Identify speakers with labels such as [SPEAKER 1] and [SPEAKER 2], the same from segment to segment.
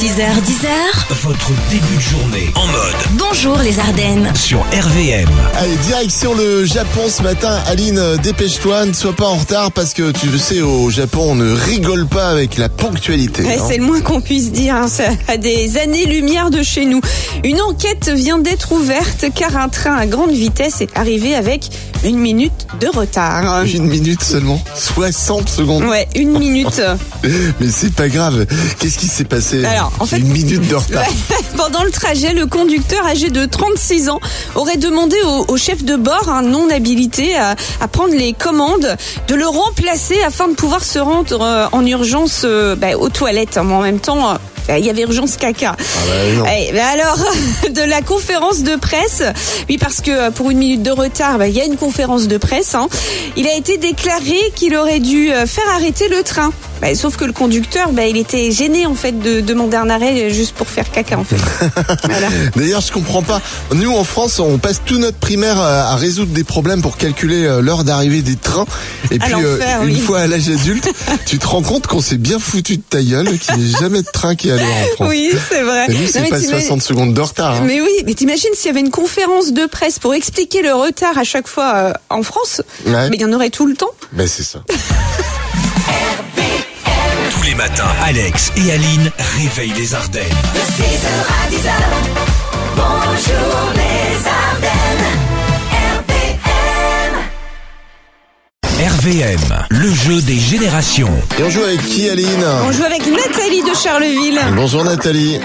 [SPEAKER 1] 6h10h,
[SPEAKER 2] Votre début de journée en mode
[SPEAKER 1] bonjour les Ardennes.
[SPEAKER 2] sur RVM.
[SPEAKER 3] Allez, direction le Japon ce matin. Aline, euh, dépêche-toi, ne sois pas en retard parce que tu le sais, au Japon, on ne rigole pas avec la ponctualité.
[SPEAKER 4] Ouais,
[SPEAKER 3] hein.
[SPEAKER 4] c'est le moins qu'on puisse dire, hein. ça a des années-lumière de chez nous. Une enquête vient d'être ouverte car un train à grande vitesse est arrivé avec une minute de retard.
[SPEAKER 3] Une minute seulement, 60 secondes.
[SPEAKER 4] Ouais, une minute.
[SPEAKER 3] Mais c'est pas grave. Qu'est-ce qui s'est passé
[SPEAKER 4] Mm. Alors, en fait-
[SPEAKER 3] Une minute de retard.
[SPEAKER 4] Pendant le trajet, le conducteur âgé de 36 ans aurait demandé au, au chef de bord, un non habilité, à, à prendre les commandes, de le remplacer afin de pouvoir se rendre euh, en urgence euh, bah, aux toilettes. Mais en même temps, euh, bah, il y avait urgence caca.
[SPEAKER 3] Ah bah non.
[SPEAKER 4] Eh, ben alors, de la conférence de presse, oui parce que euh, pour une minute de retard, ben, il y a une conférence de presse, hein. il a été déclaré qu'il aurait dû euh, faire arrêter le train. Ben, sauf que le conducteur, ben, il était gêné en fait de demander un arrêt euh, juste pour faire caca en fait. Voilà.
[SPEAKER 3] D'ailleurs, je comprends pas. Nous, en France, on passe tout notre primaire euh, à résoudre des problèmes pour calculer euh, l'heure d'arrivée des trains. Et puis, euh,
[SPEAKER 4] l'enfer,
[SPEAKER 3] une
[SPEAKER 4] oui.
[SPEAKER 3] fois à l'âge adulte, tu te rends compte qu'on s'est bien foutu de ta gueule, qu'il n'y a jamais de train qui est à l'heure en France.
[SPEAKER 4] Oui, c'est vrai.
[SPEAKER 3] Et nous,
[SPEAKER 4] Non,
[SPEAKER 3] c'est
[SPEAKER 4] mais
[SPEAKER 3] pas
[SPEAKER 4] t'imagines-
[SPEAKER 3] 60 secondes de retard. hein.
[SPEAKER 4] Mais oui, mais t'imagines s'il y avait une conférence de presse pour expliquer le retard à chaque fois euh, en France,
[SPEAKER 3] Ouais.
[SPEAKER 4] mais il y en aurait tout le temps.
[SPEAKER 3] Ben c'est ça.
[SPEAKER 2] Tous les matins, Alex et Aline réveillent les Ardennes. RVM, le jeu des générations.
[SPEAKER 3] Et on joue avec qui Aline
[SPEAKER 4] On joue avec Nathalie de Charleville.
[SPEAKER 3] Bonjour Nathalie.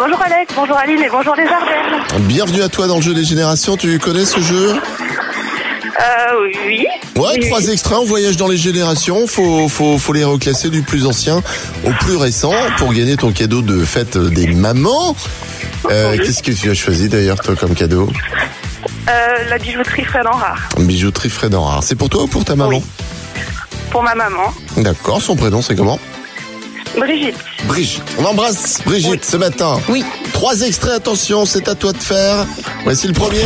[SPEAKER 5] Bonjour Alex, bonjour Aline et bonjour les Ardennes.
[SPEAKER 3] Bienvenue à toi dans le jeu des générations. Tu connais ce jeu
[SPEAKER 5] Euh, oui.
[SPEAKER 3] Ouais,
[SPEAKER 5] Oui,
[SPEAKER 3] trois
[SPEAKER 5] oui.
[SPEAKER 3] extraits, on voyage dans les générations, faut, faut, faut les reclasser du plus ancien au plus récent pour gagner ton cadeau de fête des mamans. Euh, Qu'est-ce que tu as choisi d'ailleurs toi comme cadeau
[SPEAKER 5] Euh, la bijouterie Fred en rare.
[SPEAKER 3] Une Bijouterie Fred en rare. C'est pour toi ou pour ta maman
[SPEAKER 5] Pour ma maman,
[SPEAKER 3] D'accord, son prénom c'est comment
[SPEAKER 5] Brigitte.
[SPEAKER 3] Brigitte. On embrasse Brigitte ce matin.
[SPEAKER 4] Oui.
[SPEAKER 3] Trois extraits, attention, c'est à toi de faire. Voici le premier.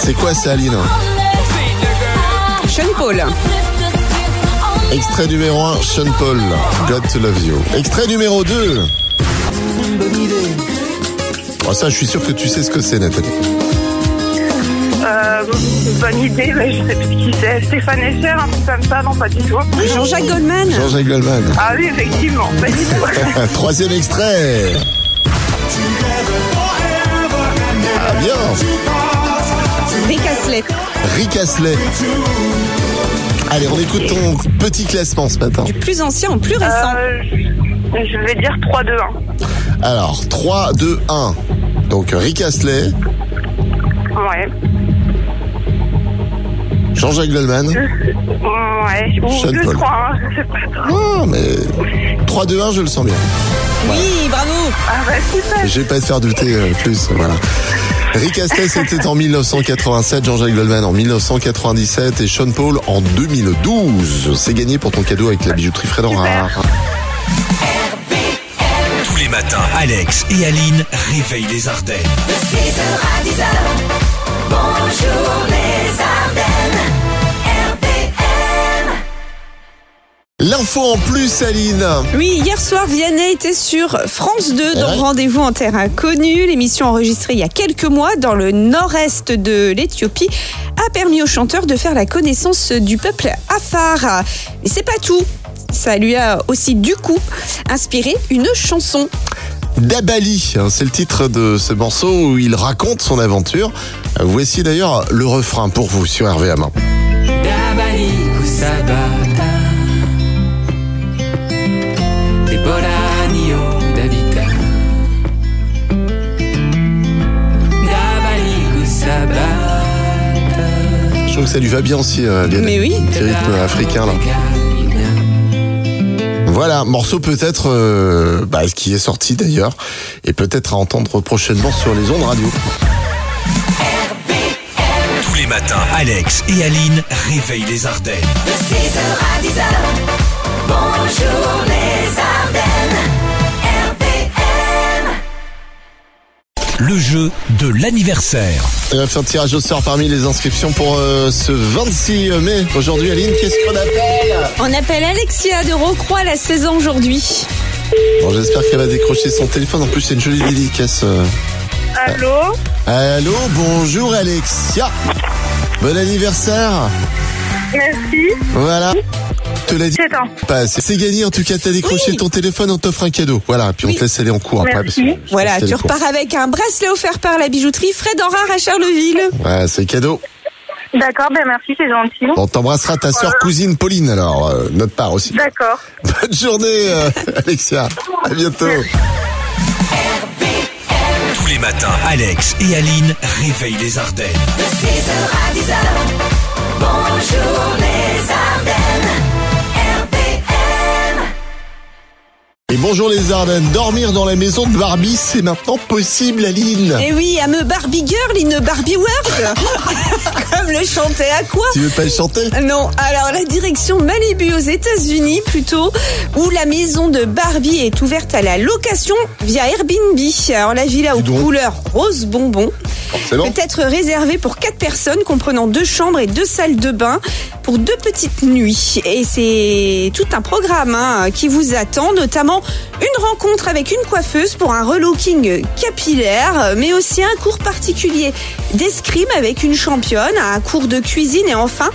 [SPEAKER 3] C'est quoi ça Aline
[SPEAKER 4] Sean Paul.
[SPEAKER 3] Extrait numéro 1, Sean Paul, God to Love You. Extrait numéro 2. Oh, ça, je suis sûr que tu sais ce que c'est, Nathalie.
[SPEAKER 5] Euh, bonne idée, mais je sais plus qui c'est. Stéphane Escher, un truc comme ça, non pas du tout.
[SPEAKER 4] Jean-Jacques Goldman.
[SPEAKER 3] Jean-Jacques Goldman.
[SPEAKER 5] Ah oui, effectivement, pas du tout.
[SPEAKER 3] Troisième extrait. Ah bien,
[SPEAKER 4] Rick Astley.
[SPEAKER 3] Rick Astley. Allez, on écoute ton petit classement ce matin.
[SPEAKER 4] Du plus ancien au plus
[SPEAKER 3] Ah
[SPEAKER 4] récent.
[SPEAKER 5] Euh, je vais dire 3-2-1.
[SPEAKER 3] Alors, 3, 2, 1. Donc, Rick Astley,
[SPEAKER 5] Ouais.
[SPEAKER 3] Jean-Jacques Goldman.
[SPEAKER 5] Ouais. Ou
[SPEAKER 3] Sean Paul.
[SPEAKER 5] 2-3, hein, je sais pas trop.
[SPEAKER 3] Ah, mais 3, 2, 1, je le sens bien.
[SPEAKER 4] Oui, bravo.
[SPEAKER 5] Ah bah super.
[SPEAKER 3] Je vais pas te faire douter euh, plus, voilà. Rick Astley, c'était en 1987, Jean-Jacques Goldman en 1997 et Sean Paul en 2012. C'est gagné pour ton cadeau avec la bijouterie Fred en
[SPEAKER 5] Super.
[SPEAKER 3] rare.
[SPEAKER 2] Tous les matins, Alex et Aline réveillent les Ardennes.
[SPEAKER 3] L'info en plus, Aline.
[SPEAKER 4] Oui, hier soir, Vianney était sur France 2 dans
[SPEAKER 3] ouais.
[SPEAKER 4] Rendez-vous en terre inconnue. L'émission enregistrée il y a quelques mois dans le nord-est de l'Éthiopie a permis au chanteur de faire la connaissance du peuple Afar. Mais c'est pas tout. Ça lui a aussi, du coup, inspiré une chanson.
[SPEAKER 3] Dabali, hein, c'est le titre de ce morceau où il raconte son aventure. Euh, Voici d'ailleurs le refrain pour vous sur RVM.
[SPEAKER 6] Dabali kusabata Deborah Davita Dabali kusabata
[SPEAKER 3] Je trouve que ça lui va bien aussi, euh, Vianney.
[SPEAKER 4] Mais oui.
[SPEAKER 3] Petit rythme africain, là. Voilà, morceau peut-être euh, bah, qui est sorti d'ailleurs et peut-être à entendre prochainement sur les ondes radio.
[SPEAKER 2] Tous les matins, Alex et Aline réveillent les Ardennes. bonjour les Ardennes. le jeu de l'anniversaire.
[SPEAKER 3] Et on va faire un tirage au sort parmi les inscriptions pour euh, ce 26 mai. Aujourd'hui, Aline, qu'est-ce qu'on appelle
[SPEAKER 4] On appelle Alexia de Rocroi, elle a 16 ans aujourd'hui.
[SPEAKER 3] Bon, j'espère qu'elle va décrocher son téléphone. En plus, c'est une jolie dédicace. euh.
[SPEAKER 5] Allô
[SPEAKER 3] Allô, bonjour Alexia. Bon anniversaire.
[SPEAKER 5] Merci.
[SPEAKER 3] Voilà. Te l'ai dit.
[SPEAKER 5] C'est temps.
[SPEAKER 3] Pas assez. C'est gagné, en tout cas, t'as décroché ton téléphone, on t'offre un cadeau. Voilà, puis on te laisse aller en cours après.
[SPEAKER 5] Merci.
[SPEAKER 3] parce que je
[SPEAKER 4] Voilà,
[SPEAKER 3] pense
[SPEAKER 4] tu
[SPEAKER 3] qu'elle est court.
[SPEAKER 4] repars avec un bracelet offert par la bijouterie Fred Enrard à Charleville.
[SPEAKER 3] Ouais, c'est cadeau.
[SPEAKER 5] D'accord, ben merci, c'est gentil.
[SPEAKER 3] Bon, t'embrasseras ta sœur cousine Pauline, alors, euh, notre part aussi.
[SPEAKER 5] D'accord.
[SPEAKER 3] Bonne journée, euh, Alexia. À bientôt.
[SPEAKER 2] Tous les matins, Alex et Aline réveillent les Ardennes.
[SPEAKER 1] De 6h à 10h, bonjour les Ardennes, RPM.
[SPEAKER 3] Et bonjour les Ardennes. Dormir dans la maison de Barbie, c'est maintenant possible, Aline.
[SPEAKER 4] Et Eh oui, à me Barbie Girl, une Barbie World. Comme le chantait à quoi
[SPEAKER 3] Tu veux pas le chanter
[SPEAKER 4] Non, alors la direction Malibu aux États-Unis plutôt, où la maison de Barbie est ouverte à la location via Airbnb. Alors la villa aux
[SPEAKER 3] Dis donc.
[SPEAKER 4] couleurs rose bonbon
[SPEAKER 3] Forcément.
[SPEAKER 4] peut être réservée pour quatre personnes comprenant deux chambres et deux salles de bain pour deux petites nuits. Et c'est tout un programme hein, qui vous attend, notamment une rencontre avec une coiffeuse pour un relooking capillaire, mais aussi un cours particulier d'escrime avec une championne, un cours de cuisine et enfin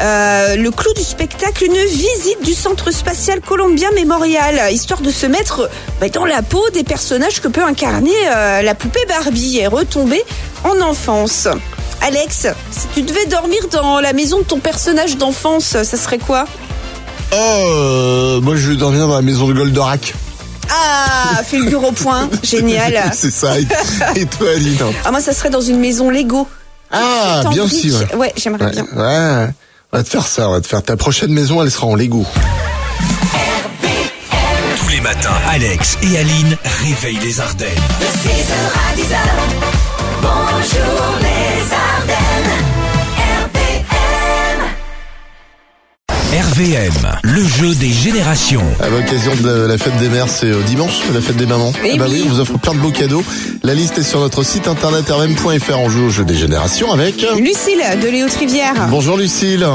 [SPEAKER 4] euh, le clou du spectacle, une visite du centre spatial colombien mémorial, histoire de se mettre bah, dans la peau des personnages que peut incarner euh, la poupée Barbie et retomber en enfance. Alex, si tu devais dormir dans la maison de ton personnage d'enfance, ça serait quoi
[SPEAKER 3] Oh, euh, moi je vais dormir dans la maison de Goldorak.
[SPEAKER 4] Ah, fulgure au point, génial.
[SPEAKER 3] c'est ça. Et, et toi, Aline hein.
[SPEAKER 4] Ah, moi, ça serait dans une maison Lego.
[SPEAKER 3] Ah,
[SPEAKER 4] Tout en
[SPEAKER 3] bien
[SPEAKER 4] briques.
[SPEAKER 3] aussi, ouais.
[SPEAKER 4] Ouais, j'aimerais bien.
[SPEAKER 3] ouais. On va te faire ça, on va te faire. Ta prochaine maison, elle sera en Lego.
[SPEAKER 2] Tous les matins, Alex et Aline réveillent les Ardennes.
[SPEAKER 1] De 6h à 10h, bonjour les Ardennes, RPM.
[SPEAKER 2] RVM, le jeu des générations.
[SPEAKER 3] À l'occasion de la- la fête des mères, c'est euh, dimanche, la fête des mamans.
[SPEAKER 4] Eh
[SPEAKER 3] bah
[SPEAKER 4] oui.
[SPEAKER 3] oui, on vous offre plein de beaux cadeaux. La liste est sur notre site internet rm.fr. On joue au jeu des générations avec.
[SPEAKER 4] Lucille de Léo Trivière.
[SPEAKER 3] Bonjour Lucille.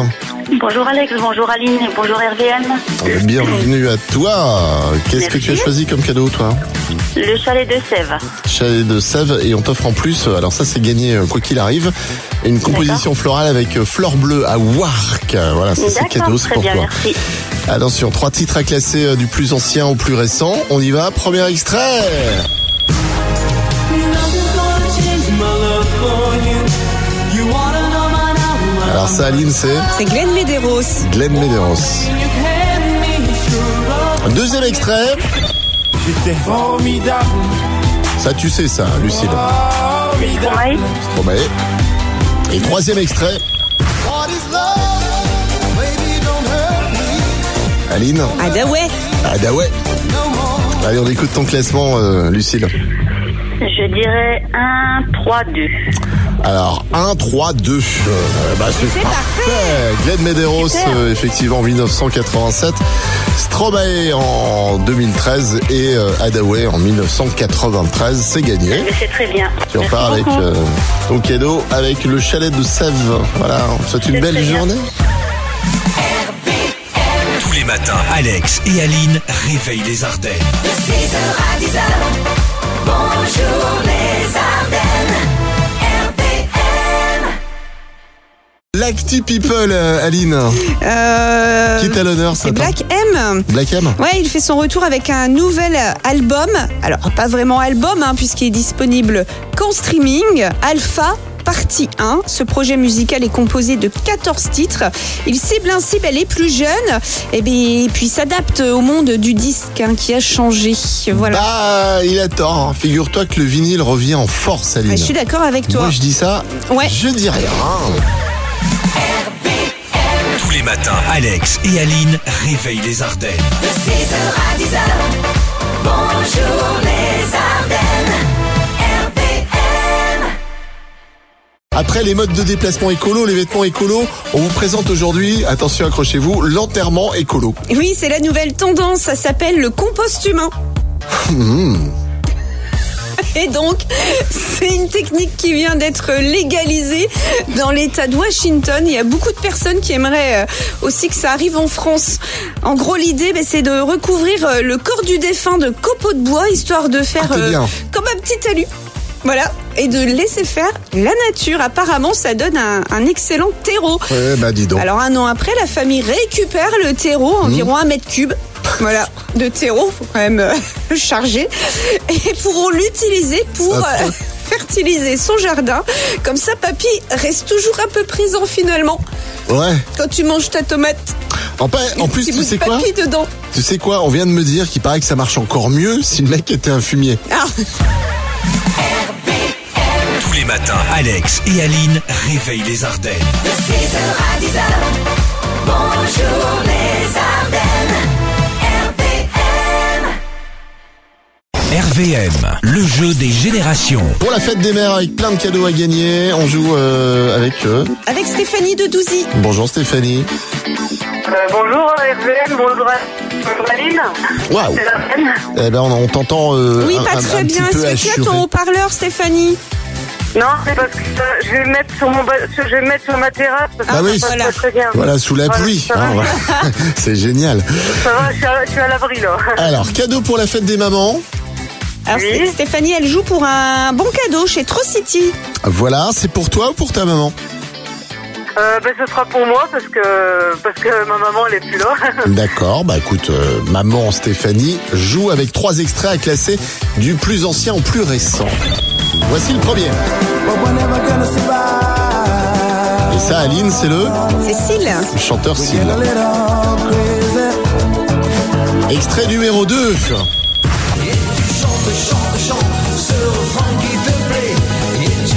[SPEAKER 5] Bonjour Alex, bonjour Aline, bonjour RVM.
[SPEAKER 3] Bienvenue à toi. Qu'est-ce que tu as choisi comme cadeau, toi
[SPEAKER 5] Le chalet de Sèvres.
[SPEAKER 3] Chalet de Sèvres et on t'offre en plus, euh, alors ça c'est gagné euh, quoi qu'il arrive, une composition florale avec euh, fleur bleue à Wark. Euh, Voilà, ça c'est cadeau,
[SPEAKER 5] D'accord,
[SPEAKER 3] c'est
[SPEAKER 5] très
[SPEAKER 3] pour
[SPEAKER 5] bien,
[SPEAKER 3] toi.
[SPEAKER 5] merci.
[SPEAKER 3] Attention, Ah, trois titres à classer euh, du plus ancien au plus récent. On y va, premier extrait. Alors ça, Aline, c'est
[SPEAKER 4] C'est Glenn Medeiros.
[SPEAKER 3] Glenn Medeiros. Deuxième extrait.
[SPEAKER 7] J'étais formidable,
[SPEAKER 3] Ça, tu sais ça, Lucille.
[SPEAKER 7] formidable.
[SPEAKER 5] Stromae.
[SPEAKER 3] Stromae. Et troisième extrait. Aline.
[SPEAKER 4] Ah, bah ouais.
[SPEAKER 3] Ah bah ouais. Allez, on écoute ton classement, euh, Lucille.
[SPEAKER 5] Je dirais 1, 3, 2.
[SPEAKER 3] Alors, 1, 3, 2. Euh, bah, c'est parfait. Glenn Medeiros, euh, effectivement, en 1987. Stromae en 2013 et euh, Hadaway en 1993. C'est gagné.
[SPEAKER 5] Mais c'est très bien.
[SPEAKER 3] Tu repars avec euh, ton cadeau, avec le chalet de Sèvres. Voilà, on te souhaite une
[SPEAKER 5] C'est
[SPEAKER 3] belle
[SPEAKER 5] très bien.
[SPEAKER 3] journée.
[SPEAKER 2] Tous les matins, Alex et Aline réveillent les Ardennes.
[SPEAKER 1] De 6h à 10h, bonjour les Ardennes, RPM.
[SPEAKER 3] L'Acti People, euh, Aline.
[SPEAKER 4] Euh,
[SPEAKER 3] Qui est à l'honneur ce
[SPEAKER 4] c'est
[SPEAKER 3] matin
[SPEAKER 4] Black M.
[SPEAKER 3] Black M
[SPEAKER 4] Ouais, il fait son retour avec un nouvel album. Alors, pas vraiment album, hein, puisqu'il est disponible qu'en streaming. Alpha. Partie 1. Ce projet musical est composé de 14 titres. Il cible ainsi ben, les plus jeunes et, ben, et puis s'adapte au monde du disque hein, qui a changé. Voilà.
[SPEAKER 3] Bah, il a tort. hein. Figure-toi que le vinyle revient en force, Aline.
[SPEAKER 4] Ouais, je suis d'accord avec toi.
[SPEAKER 3] Moi, je dis ça.
[SPEAKER 4] Ouais.
[SPEAKER 3] Je dis rien.
[SPEAKER 2] Tous les matins, Alex et Aline réveillent les Ardennes.
[SPEAKER 1] De 6h à 10h, bonjour les Ardennes, RPM.
[SPEAKER 3] Après les modes de déplacement écolo, les vêtements écolo, on vous présente aujourd'hui, attention, accrochez-vous, l'enterrement écolo.
[SPEAKER 4] Oui, c'est la nouvelle tendance. Ça s'appelle le compost humain. Et donc, c'est une technique qui vient d'être légalisée dans l'État de Washington. Il y a beaucoup de personnes qui aimeraient euh, aussi que ça arrive en France. En gros, l'idée, ben, c'est de recouvrir euh, le corps du défunt de copeaux de bois, histoire de faire euh,
[SPEAKER 3] Ah, c'est bien.
[SPEAKER 4] comme un petit talus. Voilà, et de laisser faire la nature. Apparemment, ça donne un, un excellent terreau.
[SPEAKER 3] Ouais, bah dis donc.
[SPEAKER 4] Alors un an après, la famille récupère le terreau,
[SPEAKER 3] Mmh.
[SPEAKER 4] environ un mètre cube. Voilà, de terreau, faut quand même euh, le charger. Et pourront l'utiliser pour
[SPEAKER 3] Ah,
[SPEAKER 4] euh, fertiliser son jardin. Comme ça, papy reste toujours un peu présent finalement.
[SPEAKER 3] Ouais.
[SPEAKER 4] Quand tu manges ta tomate,
[SPEAKER 3] En, pa- en plus,
[SPEAKER 4] petit
[SPEAKER 3] tu
[SPEAKER 4] bout de
[SPEAKER 3] sais quoi
[SPEAKER 4] papy dedans.
[SPEAKER 3] Tu sais quoi On vient de me dire qu'il paraît que ça marche encore mieux si le mec était un fumier.
[SPEAKER 4] Ah.
[SPEAKER 2] Tous les matins, Alex et Aline réveillent les Ardennes.
[SPEAKER 1] De 6h à 10h, bonjour les Ardennes, RPM.
[SPEAKER 2] RVM, le jeu des générations.
[SPEAKER 3] Pour la fête des mères avec plein de cadeaux à gagner, on joue euh, avec euh,
[SPEAKER 4] Avec Stéphanie de Douzy.
[SPEAKER 3] Bonjour Stéphanie.
[SPEAKER 5] Euh, bonjour RVM, bonjour, à- bonjour Aline.
[SPEAKER 3] Waouh.
[SPEAKER 5] C'est la peine.
[SPEAKER 3] Eh ben on, on t'entend euh,
[SPEAKER 4] Oui,
[SPEAKER 3] un,
[SPEAKER 4] pas
[SPEAKER 3] un-
[SPEAKER 4] très
[SPEAKER 3] un
[SPEAKER 4] bien.
[SPEAKER 3] petit peu
[SPEAKER 4] Est-ce que tu as
[SPEAKER 3] assuré.
[SPEAKER 4] ton haut-parleur, Stéphanie
[SPEAKER 5] Non, c'est parce que ça, je vais le mettre sur mon, ba- je vais le mettre sur ma terrasse. Parce que
[SPEAKER 3] Ah
[SPEAKER 5] ça
[SPEAKER 3] oui.
[SPEAKER 5] passe pas
[SPEAKER 4] Voilà.
[SPEAKER 5] très bien.
[SPEAKER 3] Voilà sous la
[SPEAKER 5] Voilà,
[SPEAKER 3] pluie.
[SPEAKER 5] ça va.
[SPEAKER 3] hein, voilà. C'est génial.
[SPEAKER 5] Ça va, je suis à, je suis à l'abri là.
[SPEAKER 3] Alors cadeau pour la fête des mamans.
[SPEAKER 4] Alors
[SPEAKER 5] Oui.
[SPEAKER 4] Stéphanie, elle joue pour un bon cadeau chez Trocity.
[SPEAKER 3] Voilà, c'est pour toi ou pour ta maman
[SPEAKER 5] Euh, ben, ce sera pour moi parce que parce que ma maman elle est plus là.
[SPEAKER 3] D'accord, bah écoute, euh, maman Stéphanie joue avec trois extraits à classer du plus ancien au plus récent. Voici le premier. Et ça, Aline, c'est le
[SPEAKER 4] Cécile
[SPEAKER 3] chanteur Syl. Extrait numéro 2.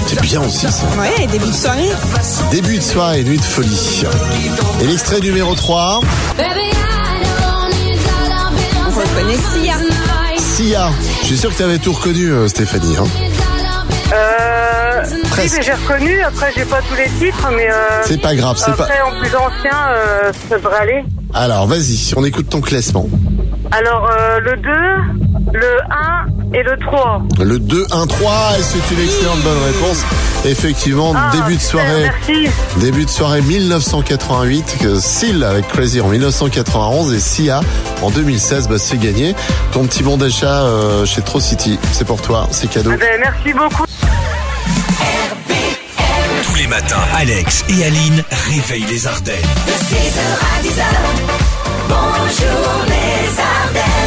[SPEAKER 3] C'est bien aussi ça.
[SPEAKER 4] Ouais, début de soirée.
[SPEAKER 3] Début de soirée, nuit de folie. Et l'extrait numéro 3,
[SPEAKER 4] On reconnaît Sia.
[SPEAKER 3] Sia. Je suis sûr que tu avais tout reconnu, euh, Stéphanie. hein.
[SPEAKER 5] Euh, oui,
[SPEAKER 3] Presque.
[SPEAKER 5] mais j'ai reconnu. Après, j'ai pas tous les titres, mais euh,
[SPEAKER 3] C'est pas grave, c'est pas.
[SPEAKER 5] après en plus ancien, euh, ça devrait aller.
[SPEAKER 3] Alors, vas-y, on écoute ton classement.
[SPEAKER 5] Alors euh, le 2, le 1 et le 3.
[SPEAKER 3] Le 2-1-3, et c'est une excellente bonne réponse. Effectivement,
[SPEAKER 5] Ah,
[SPEAKER 3] début de
[SPEAKER 5] super,
[SPEAKER 3] soirée,
[SPEAKER 5] Merci.
[SPEAKER 3] début de soirée 1988, que Seal avec Crazy en 1991 et Sia en 2016, bah, c'est gagné. Ton petit bon d'achat euh, chez Trocity, c'est pour toi, c'est cadeau.
[SPEAKER 5] Ah ben, merci beaucoup.
[SPEAKER 2] Tous les matins, Alex et Aline réveillent les Ardennes.
[SPEAKER 1] De 6h à 10h, bonjour les Ardennes.